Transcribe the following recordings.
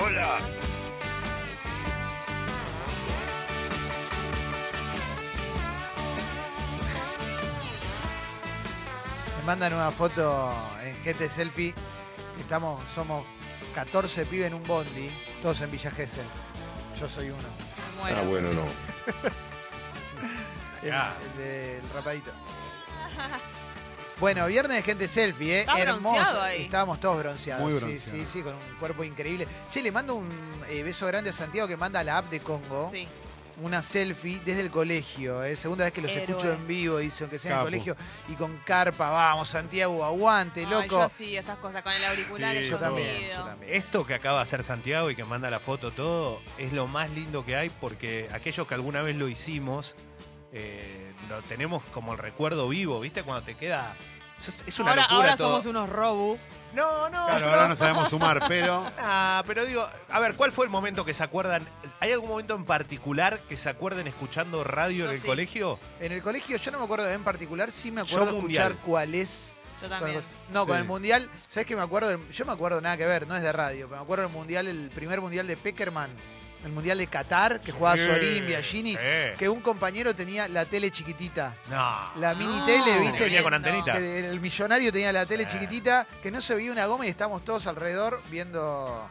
Hola. Me mandan una foto en GT Selfie. Estamos, somos 14 pibes en un bondi, todos en Villa Gesell. Yo soy uno. Me Ah, muero. bueno, no. El, Ah. Mirá. el de- el rapadito. Bueno, viernes de gente selfie, ¿eh? Está Hermoso. bronceado ahí. Estábamos todos bronceados. Muy Sí, bronceado. sí, sí, con un cuerpo increíble. Che, le mando un eh, beso grande a Santiago que manda a la app de Congo. Sí. Una selfie desde el colegio. ¿eh? Segunda vez que los Héroe. escucho en vivo, dice, aunque sea en el Capo. colegio. Y con carpa, vamos, Santiago, aguante, Ay, loco. yo así, estas cosas con el auricular Sí, Yo también, escondido. yo también. Esto que acaba de hacer Santiago y que manda la foto todo es lo más lindo que hay porque aquellos que alguna vez lo hicimos eh, lo tenemos como el recuerdo vivo, ¿viste? Cuando te queda. Es, es una ahora locura ahora todo. somos unos robu. No, no. Claro, no. ahora no sabemos sumar, pero. Ah, pero digo, a ver, ¿cuál fue el momento que se acuerdan? ¿Hay algún momento en particular que se acuerden escuchando radio Yo en el sí. colegio? En el colegio yo no me acuerdo de en particular, sí me Yo acuerdo escuchar mundial. cuál es. Yo con también. los- no, con Sí. el mundial, ¿sabes qué me acuerdo? del- yo me acuerdo nada que ver, no es de radio, pero me acuerdo del mundial, el primer mundial de Peckerman, el mundial de Qatar, que jugaba Sorín, Biagini, Sí. que un compañero tenía la tele chiquitita, No. la mini Ah, tele, Que ¿viste? venía con Tremendo. antenita. Que el millonario tenía la tele Sí. chiquitita, que no se veía una goma y estábamos todos alrededor viendo.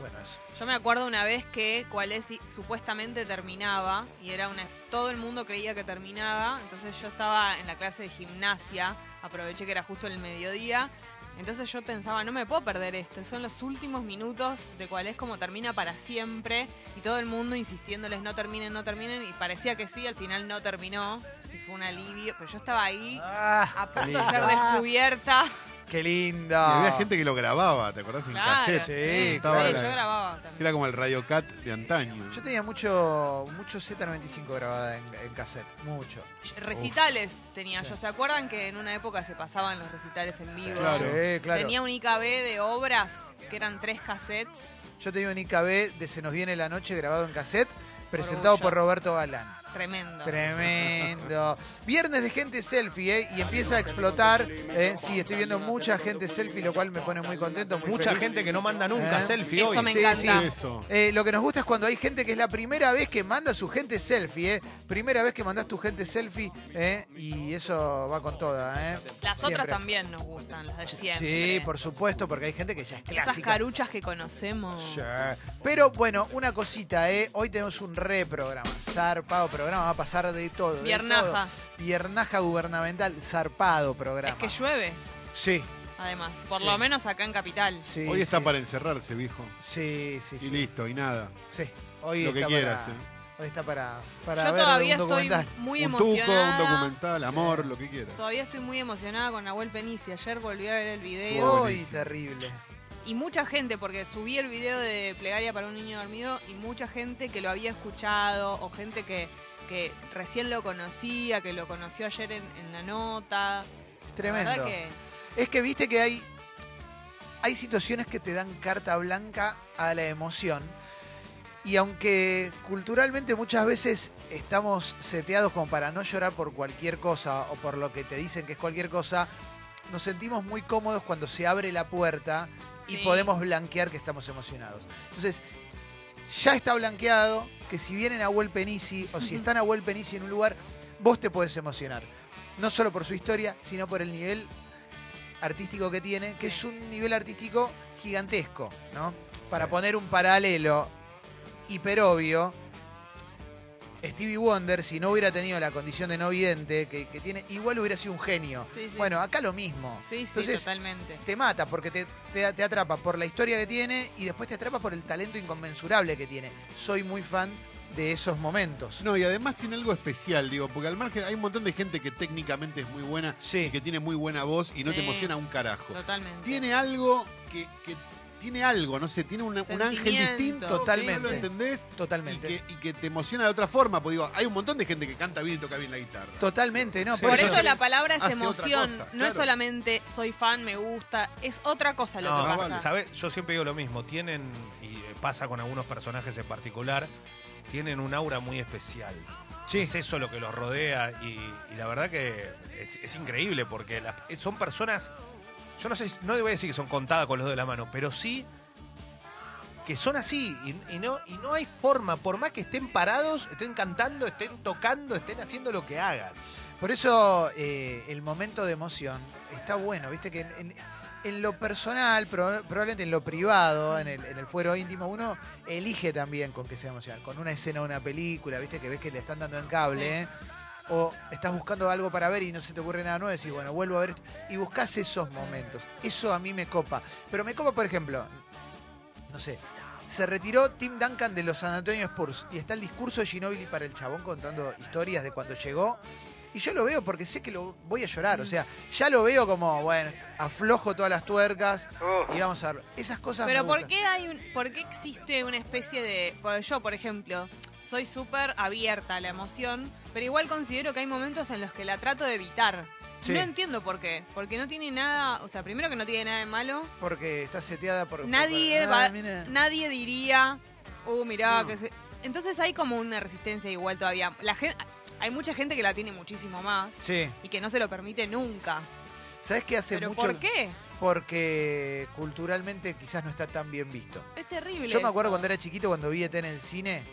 Bueno, eso. Yo me acuerdo una vez que Cualesi supuestamente terminaba y era una todo el mundo creía que terminaba, entonces yo estaba en la clase de gimnasia, aproveché que era justo el mediodía, entonces yo pensaba, no me puedo perder esto, son los últimos minutos de Cuales como termina para siempre y todo el mundo insistiéndoles no terminen, no terminen y parecía que sí, al final no terminó y fue un alivio, pero yo estaba ahí a punto de ser descubierta. Ah, Qué y linda. había gente que lo grababa, ¿te acordás? En Ah. Claro, cassette. sí, sí, Estaba sí, la- yo grababa también. Era como el Radio Cat de antaño. Yo tenía mucho, mucho Z95 grabada en, en cassette, mucho. Recitales tenía Sí. yo. ¿Se acuerdan que en una época se pasaban los recitales en vivo? Claro. Sí, claro. Tenía un IKB de obras que eran tres cassettes. Yo tenía un IKB de Se nos viene la noche grabado en cassette, presentado Orgullo. por Roberto Galán. Tremendo. Tremendo. Viernes de gente selfie, ¿eh? Y empieza a explotar. ¿eh? Sí, estoy viendo mucha gente selfie, lo cual me pone muy contento. muy Mucha feliz. gente que no manda nunca Eh. selfie Eso hoy. me Sí, encanta. sí. Eso. Eh, lo que nos gusta es cuando hay gente que es la primera vez que manda su gente selfie, ¿eh? Primera vez que mandás tu gente selfie, ¿eh? Y eso va con toda, ¿eh? Las Siempre. otras también nos gustan, las de siempre. Sí, por supuesto, porque hay gente que ya es Esas clásica. caruchas que conocemos. Sí. Pero bueno, una cosita, ¿eh? Hoy tenemos un reprograma, zarpado programa, va a pasar de todo. de Viernaja. todo. Viernaja gubernamental, zarpado Es programa. que llueve, Sí, además. Por Sí. lo menos acá en Capital. sí. Hoy está sí. para encerrarse, viejo. Sí, sí, Y sí. listo, y nada. Sí, hoy Lo que está quieras, para... ¿eh? Hoy está para, para Yo ver todavía un estoy documental. muy un tuco, un emocionada. documental, amor, lo que quieras. Todavía estoy muy emocionada con Nahuel Penici. Ayer volví a ver el video. Oh. Hoy, Buenísimo. terrible. Y mucha gente, porque subí el video de Plegaria para un niño dormido y mucha gente que lo había escuchado o gente que, que recién lo conocía, que lo conoció ayer en, en la nota. Es La verdad tremendo. que Es que viste que hay, hay situaciones que te dan carta blanca a la emoción. Y aunque culturalmente muchas veces estamos seteados como para no llorar por cualquier cosa o por lo que te dicen que es cualquier cosa, nos sentimos muy cómodos cuando se abre la puerta y Sí. podemos blanquear que estamos emocionados. Entonces, ya está blanqueado que si vienen a Nahuel Penici o si están a Nahuel Penici en un lugar, vos te podés emocionar. No solo por su historia, sino por el nivel artístico que tiene, que es un nivel artístico gigantesco, ¿no? Para Sí. poner un paralelo hiperobvio, Stevie Wonder, si no hubiera tenido la condición de no vidente que, que tiene, igual hubiera sido un genio. Sí, sí. Bueno, acá lo mismo. sí, sí, Entonces, totalmente. te mata porque te, te- te atrapa por la historia que tiene y después te atrapa por el talento inconmensurable que tiene. Soy muy fan de esos momentos. No, y además tiene algo especial, digo, porque al margen hay un montón de gente que técnicamente es muy buena y Sí, que tiene muy buena voz y no te Sí. emociona un carajo. Totalmente. Tiene algo que, que tiene algo, no sé, tiene un, un ángel Sentimiento, distinto. sí. que no lo Totalmente. entendés y totalmente. que, y que te emociona de otra forma, porque digo, hay un montón de gente que canta bien y toca bien la guitarra. Totalmente, ¿no? Sí. Por Eso eso la palabra es hace otra emoción. cosa, No es claro. solamente soy fan, me gusta. Es otra cosa lo No, que vale. pasa. ¿sabés? Yo siempre digo lo mismo. Tienen, y eh, pasa con algunos personajes en particular, tienen un aura muy especial. Sí. Es eso lo que los rodea y, y la verdad que es, es increíble porque la- son personas, yo no sé, si- no voy a decir que son contadas con los dedos de la mano, pero sí que son así y, y no, y no hay forma, por más que estén parados, estén cantando, estén tocando, estén haciendo lo que hagan. Por eso eh, el momento de emoción está bueno, viste que en, en- en lo personal, proba- probablemente en lo privado, en el, en el fuero íntimo, uno elige también con qué se va a emocionar, con una escena o una película, viste que ves que le están dando en cable, ¿eh? o estás buscando algo para ver y no se te ocurre nada nuevo, decís, bueno, vuelvo a ver esto, y buscas esos momentos, eso a mí me copa, pero me copa, por ejemplo, no sé. Se retiró Tim Duncan de los San Antonio Spurs y está el discurso de Ginobili para el chabón contando historias de cuando llegó y yo lo veo porque sé que lo voy a llorar. O sea, ya lo veo como, bueno, aflojo todas las tuercas y vamos a ver. Esas cosas. Pero me ¿por gustan. qué, hay un, ¿por qué existe una especie de... porque yo, por ejemplo, soy súper abierta a la emoción, pero igual considero que hay momentos en los que la trato de evitar. Sí. No entiendo por qué. Porque no tiene nada... O sea, primero que no tiene nada de malo. Porque está seteada por. Nadie, por- va- Ah, mira. nadie diría, uh, mirá, No. que se-". Entonces hay como una resistencia igual todavía. La gen- hay mucha gente que la tiene muchísimo más Sí. y que no se lo permite nunca. ¿Sabes qué hace ¿Pero mucho? por qué? Porque culturalmente quizás no está tan bien visto. Es terrible. Yo me acuerdo eso. cuando era chiquito, cuando vi ET en el cine,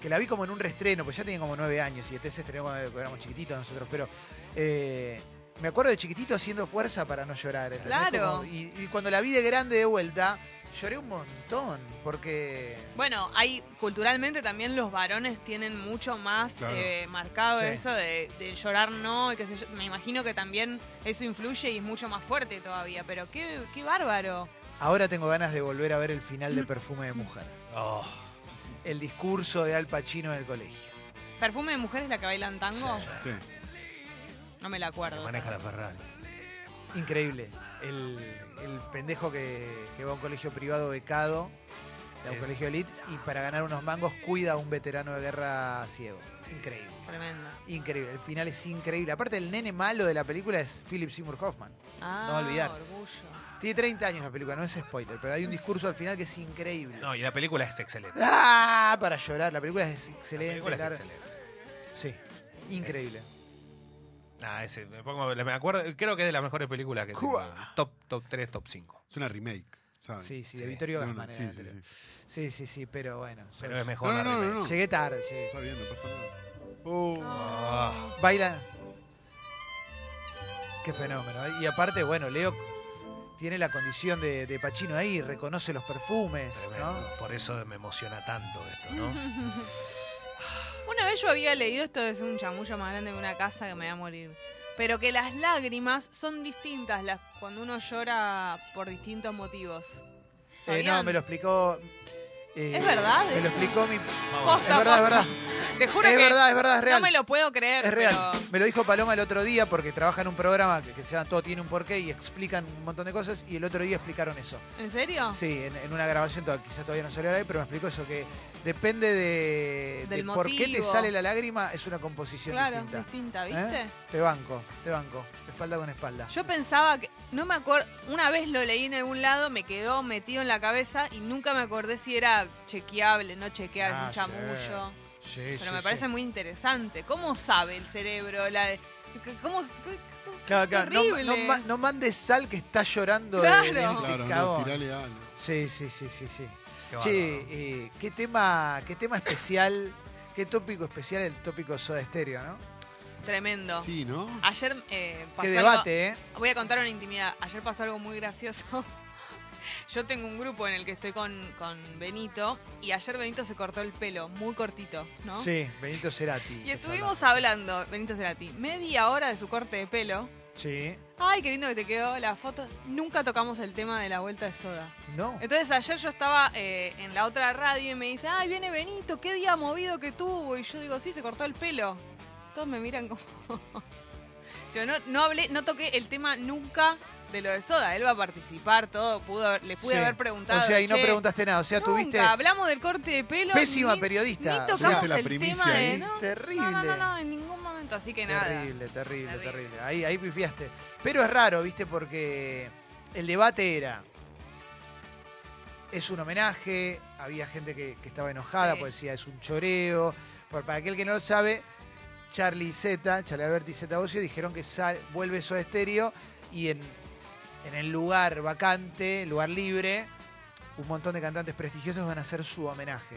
que la vi como en un reestreno, pues ya tenía como nueve años y ET se estrenó cuando cuando éramos chiquititos nosotros, pero eh, me acuerdo de chiquitito haciendo fuerza para no llorar. ¿entendés? Claro. Como- y, y cuando la vi de grande de vuelta, lloré un montón, porque... Bueno, hay culturalmente también los varones tienen mucho más Claro. eh, marcado Sí. eso de, de llorar no, y qué sé yo. Me imagino que también eso influye y es mucho más fuerte todavía. Pero qué, qué bárbaro. Ahora tengo ganas de volver a ver el final de Perfume de Mujer, Oh, el discurso de Al Pacino en el colegio. Perfume de mujeres la que bailan tango. Sí. No me la que acuerdo. maneja la Ferrari. Increíble. El, el pendejo que, que va a un colegio privado becado, a un Es- colegio elite, y para ganar unos mangos cuida a un veterano de guerra ciego. Increíble. Tremendo. Increíble. El final es increíble. Aparte, el nene malo de la película es Philip Seymour Hoffman. Ah, No olvidar. orgullo. Tiene 30 años la película, no es spoiler, pero hay un discurso al final que es increíble. No, y la película es excelente. ¡Ah! Para llorar. La película es La excelente. película es larga. excelente. Sí. Increíble. Ah, ese, me pongo, me acuerdo, creo que es de las mejores películas que tengo. Jua. Top, top 3, top 5. Es una remake, ¿sabes? Sí, sí, de Sí. Vittorio No, no, Gassman. sí, era, sí, pero- sí. sí, sí, sí, pero bueno. Pero sos- es mejor No, la no, no, remake. no. Llegué tarde, llegué. Está bien, no pasa nada. Oh. Ah. Baila. Qué fenómeno. ¿eh? Y aparte, bueno, Leo tiene la condición de, de Pachino ahí, reconoce los perfumes, Tremendo. ¿no? Por eso me emociona tanto esto, ¿no? Una vez yo había leído esto es un chamullo más grande que una casa que me va a morir. Pero que las lágrimas son distintas las cuando uno llora por distintos motivos. Eh, ¿Sabían? no, me lo explicó. eh, ¿Es verdad Me lo eso? explicó mi. Es Vamos. Posta, verdad, es posta. verdad. Te juro Es que verdad, es verdad, es no real. me lo puedo creer, Es real. pero Me lo dijo Paloma el otro día porque trabaja en un programa que, que se llama Todo tiene un porqué y explican un montón de cosas y el otro día explicaron eso. ¿en serio? Sí, en, en una grabación, to- quizás todavía no salió al aire, pero me explicó eso, que depende de, Del de por qué te motivo. sale la lágrima, es una composición claro, distinta. distinta, ¿viste? ¿Eh? Te banco, te banco. Espalda con espalda. Yo pensaba que no me acuerdo, una vez lo leí en algún lado, me quedó metido en la cabeza y nunca me acordé si era chequeable, no chequeable, Ah, es un chamullo. Sí, Pero sí, me sí. parece muy interesante. ¿Cómo sabe el cerebro? La, c- ¿Cómo? c- c- Claro, claro, no- terrible. No, ma- no mandes sal que está llorando de- Claro. de, de Claro, cagón. no, tirale algo. Sí, sí, sí, sí, sí. Qué Che, bárbaro. eh, qué tema, qué tema especial, qué tópico especial el tópico Soda Estéreo, ¿no? Tremendo. Sí, ¿no? Ayer eh, pasó Qué debate, ¿eh? algo- Voy a contar una intimidad. Ayer pasó algo muy gracioso. Yo tengo un grupo en el que estoy con, con Benito y ayer Benito se cortó el pelo, muy cortito, ¿no? Sí, Benito Cerati. Y que estuvimos se hablaba. hablando, Benito Cerati, media hora de su corte de pelo. Sí, Ay, qué lindo que te quedó las fotos. Nunca tocamos el tema de la vuelta de soda. no. Entonces ayer yo estaba eh, en la otra radio y me dice, ay, viene Benito, qué día movido que tuvo. Y yo digo, sí, se cortó el pelo. Todos me miran como... yo no, no hablé, no toqué el tema nunca de lo de Soda. Él va a participar, todo, pudo, haber- le pude Sí. haber preguntado. O sea, y no "Che, preguntaste nada, o sea, nunca tuviste hablamos del corte de pelo. pésima ni- periodista. Ni o sea, tocamos Tuviste la el primicia tema de... ahí. No, terrible. no, no, no, no, en ningún momento, así que nada. Terrible, terrible, Terrible. terrible. Ahí, ahí pifiaste. Pero es raro, ¿viste? Porque el debate era. Es un homenaje, había gente que, que estaba enojada Sí. porque decía es un choreo. Por- para aquel que no lo sabe, Charlie Z, Charlie Alberti y Zeta Ocio dijeron que sal- vuelve Soda Estéreo y en, en el lugar vacante, lugar libre, un montón de cantantes prestigiosos van a hacer su homenaje.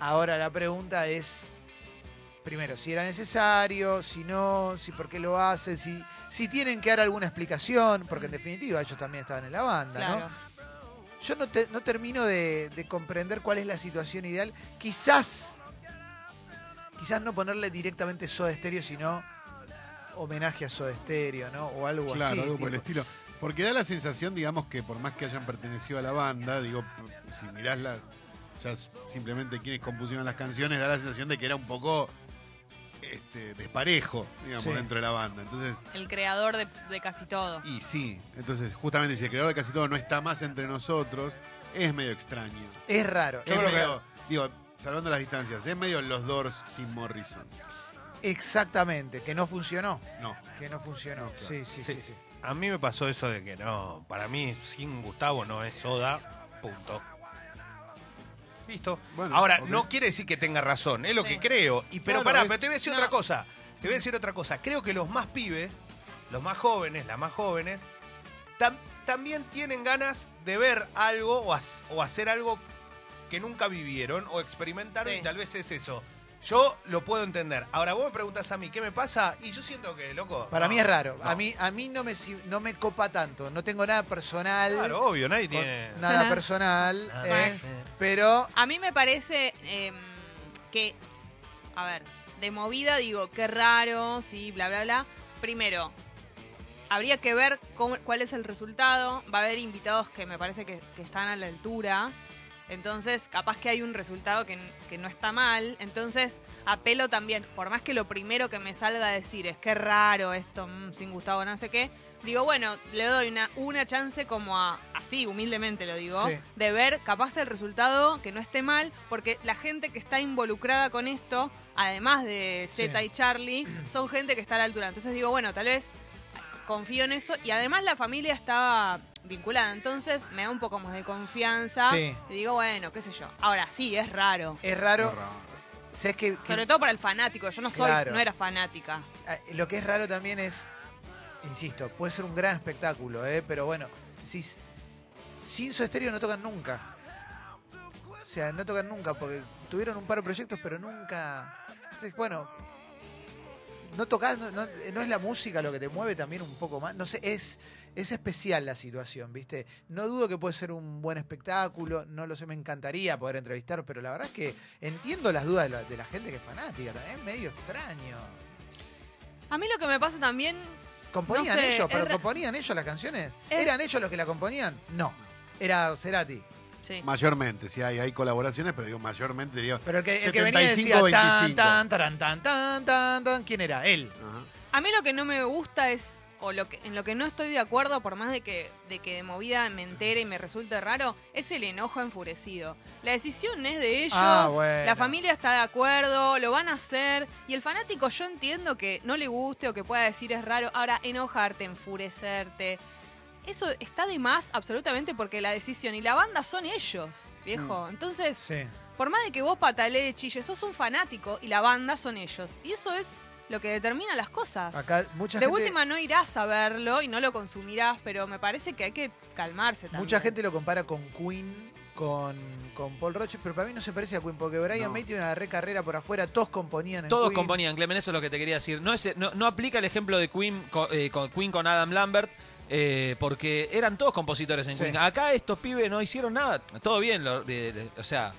Ahora la pregunta es, primero, si era necesario, si no, si por qué lo hacen, si, si tienen que dar alguna explicación, porque en definitiva ellos también estaban en la banda, ¿no? Claro. Yo no, te- no termino de, de comprender cuál es la situación ideal. Quizás, quizás no ponerle directamente Soda Stereo, sino homenaje a Soda Stereo, ¿no? O algo así. Claro, algo por el tipo. estilo. Porque da la sensación, digamos, que por más que hayan pertenecido a la banda, digo, p- si mirás la, ya s- simplemente quienes compusieron las canciones, da la sensación de que era un poco este, desparejo, digamos, Sí. dentro de la banda. Entonces, El creador de, de casi todo. y sí, entonces justamente si el creador de casi todo no está más entre nosotros, es medio extraño. Es raro. es es medio, digo, salvando las distancias, es medio los Doors sin Morrison. Exactamente, que no funcionó. No. Que no funcionó. Claro. Sí, sí, sí, Sí. sí. A mí me pasó eso de que no, para mí sin Gustavo no es soda, punto. Listo. Bueno, Ahora, ok. no quiere decir que tenga razón, es lo Sí. que creo. Y, pero Claro, pará, es- pero te voy a decir no. otra cosa. Te voy a decir otra cosa. Creo que los más pibes, los más jóvenes, las más jóvenes, tam- también tienen ganas de ver algo o, has- o hacer algo que nunca vivieron o experimentaron Sí. y tal vez es eso. Yo lo puedo entender. Ahora vos me preguntas a mí, ¿qué me pasa? Y yo siento que, loco. Para no, mí es raro. A no. mí, a mí no, me, si- no me copa tanto. No tengo nada personal. Claro, obvio, nadie con- tiene. Nada personal. Nada eh, más, eh. pero A mí me parece em, que, a ver, de movida digo, qué raro, sí, bla, bla, bla. Primero, habría que ver cómo- cuál es el resultado. Va a haber invitados que me parece que, que están a la altura. Entonces, capaz que hay un resultado que, n- que no está mal. Entonces, apelo también, por más que lo primero que me salga a decir es qué raro esto, mm, sin Gustavo, no sé qué. Digo, bueno, le doy una, una chance como a, así, humildemente lo digo, Sí. de ver capaz el resultado, que no esté mal, porque la gente que está involucrada con esto, además de Zeta Sí. y Charlie, son gente que está a la altura. Entonces digo, bueno, tal vez eh, confío en eso y además la familia estaba vinculada, entonces me da un poco más de confianza. Sí. Y digo, bueno, qué sé yo. Ahora sí, es raro. es raro. Horror. ¿Sabes qué? Sobre todo para el fanático, yo no soy, Claro. no era fanática. Ah, Lo que es raro también es, insisto, puede ser un gran espectáculo, ¿eh? pero bueno, decís, sin su estéreo no tocan nunca. O sea, no tocan nunca, porque tuvieron un par de proyectos, pero nunca. Entonces, bueno, no tocás, no, no- no es la música lo que te mueve también un poco más. No sé, es, es especial la situación, ¿viste? No dudo que puede ser un buen espectáculo, no lo sé, me encantaría poder entrevistar, pero la verdad es que entiendo las dudas de la, de la gente que es fanática, también es medio extraño. A mí lo que me pasa también, ¿Componían No sé, ellos? es ¿Pero ra- componían ellos las canciones? Es- ¿Eran ellos los que la componían? No. Era Cerati. sí. Mayormente, sí, hay, hay colaboraciones, pero digo, mayormente diría. Pero el que, el que venía 75, decía tan, 25. tan, taran, tan, tan, tan, tan. ¿Quién era? Él. Ajá. A mí lo que no me gusta es, o lo que, en lo que no estoy de acuerdo, por más de que, de que de movida me entere y me resulte raro, es el enojo enfurecido. La decisión es de ellos, Ah, bueno. la familia está de acuerdo, lo van a hacer, y el fanático yo entiendo que no le guste o que pueda decir es raro. Ahora, enojarte, enfurecerte, eso está de más absolutamente porque la decisión y la banda son ellos, Mm. viejo. Entonces... Sí. Por más de que vos patalees, chilles, sos un fanático y la banda son ellos. Y eso es lo que determina las cosas. Acá mucha de gente, última no irás a verlo y no lo consumirás, pero me parece que hay que calmarse también. mucha gente lo compara con Queen, con, con Paul Roche, pero para mí no se parece a Queen, porque Brian No. May tiene una re carrera por afuera, todos componían en Todos Queen. componían, Clemen, eso es lo que te quería decir. No, es, no, no aplica el ejemplo de Queen co- eh, con, Queen con Adam Lambert, eh, porque eran todos compositores en Sí. Queen. Acá estos pibes no hicieron nada. Todo bien, lo- eh, eh, o sea,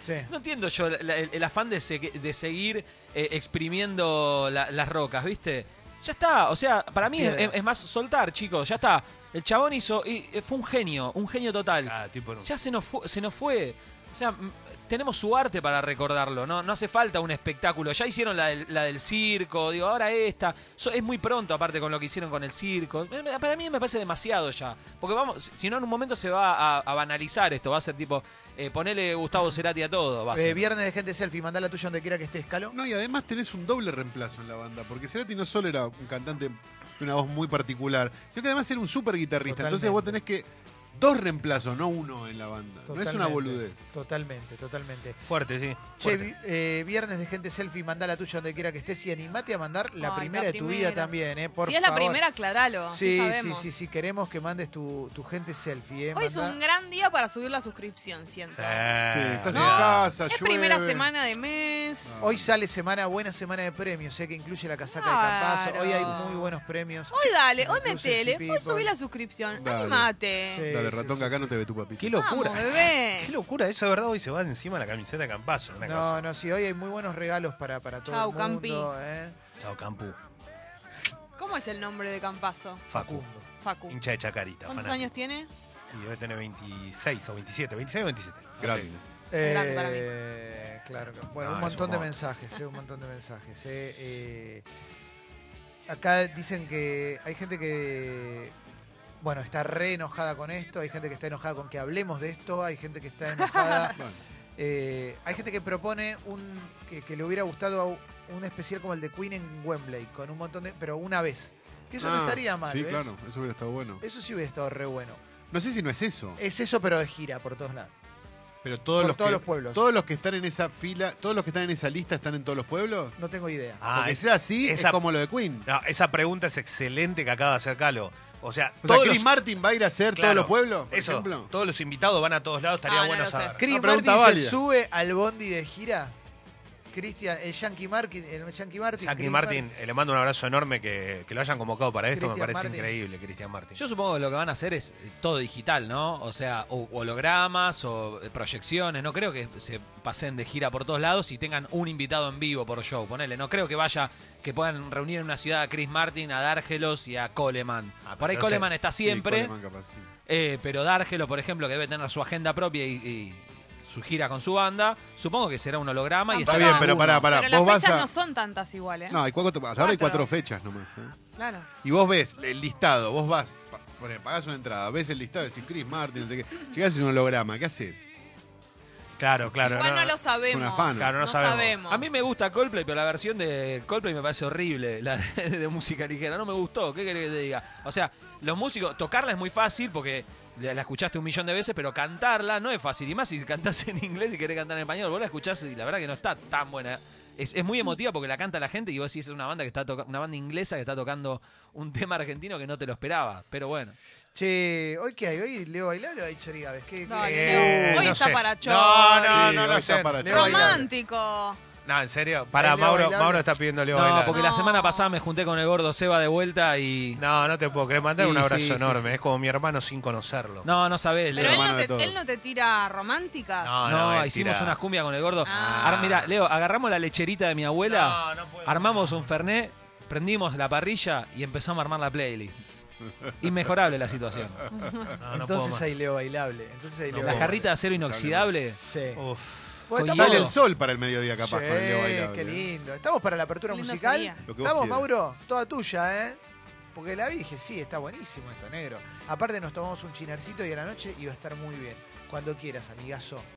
Sí. Eh, no entiendo yo la- el, el afán de, se- de seguir eh, exprimiendo la- las rocas, ¿viste? Ya está, o sea, para mí es, Piedras. es- es más soltar, chicos, ya está. El chabón hizo, y eh, fue un genio, un genio total. Ah, tipo, no. Ya se nos, fu- se nos fue. O sea, m- tenemos su arte para recordarlo, ¿no? No hace falta un espectáculo. Ya hicieron la del, la del circo, digo, ahora esta. So- es muy pronto, aparte, con lo que hicieron con el circo. Eh, eh, Para mí me parece demasiado ya. Porque vamos, si- si no, en un momento se va a, a banalizar esto. Va a ser tipo, eh, ponele Gustavo Cerati a todo. Va a Eh, ser. viernes de gente selfie, mandala tuya donde quiera que estés, Calo. No, y además tenés un doble reemplazo en la banda, porque Cerati no solo era un cantante de una voz muy particular, sino que además era un súper guitarrista. Entonces vos tenés que dos reemplazos, no uno en la banda. No es una Totalmente. boludez. Totalmente, totalmente. Fuerte, sí. Che, fuerte. vi- eh, viernes de gente selfie, mandá la tuya donde quiera que estés y animate a mandar la Ay, primera la de tu vida primera. también, ¿eh? Por si es la favor. primera, aclaralo. así Sí, sí, sabemos. sí, sí, queremos que mandes tu, tu gente selfie, ¿eh? Hoy es Mandá- un gran día para subir la suscripción, siento. Sí, Eh, Sí, estás no. en casa, Es llueve. primera semana de mes. No. Hoy sale semana, buena semana de premios, ¿eh? Que incluye la casaca de Campazo. Claro. Hoy hay muy buenos premios. Hoy dale, hoy Incluso el metele, CP, hoy subí por- la suscripción, Dale. animate. Sí, Dale, sí, ratón, sí, que acá sí. no te ve tu papito. Qué locura. Vamos, bebé. Ah, Qué locura, eso de verdad hoy se va encima la camiseta de Campazo. una No, cosa. no, sí, hoy hay muy buenos regalos para, para todo Chau, el mundo, Campi. ¿eh? Chao, Campu. ¿Cómo es el nombre de Campazo? Facu. Facundo. Facu. Hincha de Chacarita. ¿Cuántos fanático. años tiene? Y debe tener 26 o 27, 26 o 27. Grande. Grande para mí. Eh, claro, que- bueno, Ah, un No, es un montón de montón. mensajes, eh, un montón de mensajes. eh, eh. acá dicen que hay gente que, bueno, está re enojada con esto, hay gente que está enojada con que hablemos de esto, hay gente que está enojada, Bueno, eh, hay gente que propone un que, que le hubiera gustado a un especial como el de Queen en Wembley, con un montón de, pero una vez. Que eso Ah, no estaría mal. ¿eh? Sí, ¿ves? claro, eso hubiera estado bueno. Eso sí hubiera estado re bueno. No sé si no es eso, Es eso, pero de gira por todos lados. pero todos, por los, todos que, los pueblos. todos los que están en esa fila, todos los que están en esa lista están en todos los pueblos. No tengo idea. Ah, Porque es- sea así, esa- es como lo de Queen. no, esa pregunta es excelente que acaba de hacer Calo. O sea, O sea, todos Chris los, Martin va a ir a hacer Claro, todos los pueblos, por eso, ejemplo. todos los invitados van a todos lados, estaría Ah, no bueno lo sé. saber. Chris Una Martin pregunta se válida. sube al bondi de gira. Cristian, el Yankee Martin, el Yankee Martin. Jackie Chris Martin, eh, le mando un abrazo enorme que, que lo hayan convocado para esto, me Cristian parece Martin. increíble, Cristian Martin. Yo supongo que lo que van a hacer es eh, todo digital, ¿no? O sea, o- hologramas o eh, proyecciones. No creo que se pasen de gira por todos lados y tengan un invitado en vivo por show. Ponele, no creo que vaya, que puedan reunir en una ciudad a Chris Martin, a Dárgelos y a Coleman. Ah, por ahí pero Coleman está Sí, siempre, Coleman capaz, sí. eh, pero Dárgelos, por ejemplo, que debe tener su agenda propia y, y su gira con su banda, supongo que será un holograma y Está Tampoco- bien, cada pero uno. pará, pará. Pero vos las vas fechas a. no son tantas iguales. ¿eh? No, hay cuatro, ahora hay Cuatro. cuatro fechas nomás. ¿eh? Claro. Y vos ves el listado, vos vas, pa- poné, pagás una entrada, ves el listado, decís Chris Martin, no sé qué. Llegás en un holograma, ¿qué haces? Claro, claro. Igual no, no no. lo sabemos. Es un afán. Claro, no no sabemos. sabemos. A mí me gusta Coldplay, pero la versión de Coldplay me parece horrible, la de, de música ligera. No me gustó, ¿qué querés que te diga? O sea, los músicos, tocarla es muy fácil porque la la escuchaste un millón de veces, pero cantarla no es fácil. Y más si cantás en inglés y querés cantar en español, vos la escuchás y la verdad que no está tan buena. Es, es muy emotiva porque la canta la gente y vos decís es una banda que está toca- una banda inglesa que está tocando un tema argentino que no te lo esperaba. Pero bueno. Martin. Che, ¿hoy qué hay? ¿Hoy Leo Bailable o hay Chori Gávez? ¿Qué- No, qué- Eh, Hoy no está sé. para No, Chori. no, Sí, no, hoy no está sé. para Leo Chori. Bailable. Romántico. No, en serio. Para Leo Mauro, Bailable. Mauro está pidiendo Leo No, Bailable. porque la semana pasada me junté con el gordo Seba de vuelta y. No, no te puedo creer. Mandar un Sí, abrazo sí, sí, enorme. sí. Es como mi hermano sin conocerlo. No, no sabés. Pero Leo. él hermano no, de te, todos. él no te tira románticas. No, No, él hicimos tira- unas cumbias con el gordo. Ah. Ahora, mira, Leo, agarramos la lecherita de mi abuela, No, no puedo. armamos un fernet, prendimos la parrilla y empezamos a armar la playlist. Inmejorable la situación. No, no Entonces puedo hay Leo Bailable. Entonces hay No Leo puedo La Bailable. jarrita de acero inoxidable. Sí. más. Uf. Bueno, Hoy estamos- Sale el sol para el mediodía, capaz, Sí, con el Leo Bailable. ¿eh? qué lindo. ¿eh? Estamos para la apertura Lindo musical. sería. Lo que vos Estamos, quieras. Mauro, toda tuya, ¿eh? Porque la vi y dije, sí, está buenísimo esto, negro. Aparte nos tomamos un chinercito y a la noche iba a estar muy bien. Cuando quieras, amigazo.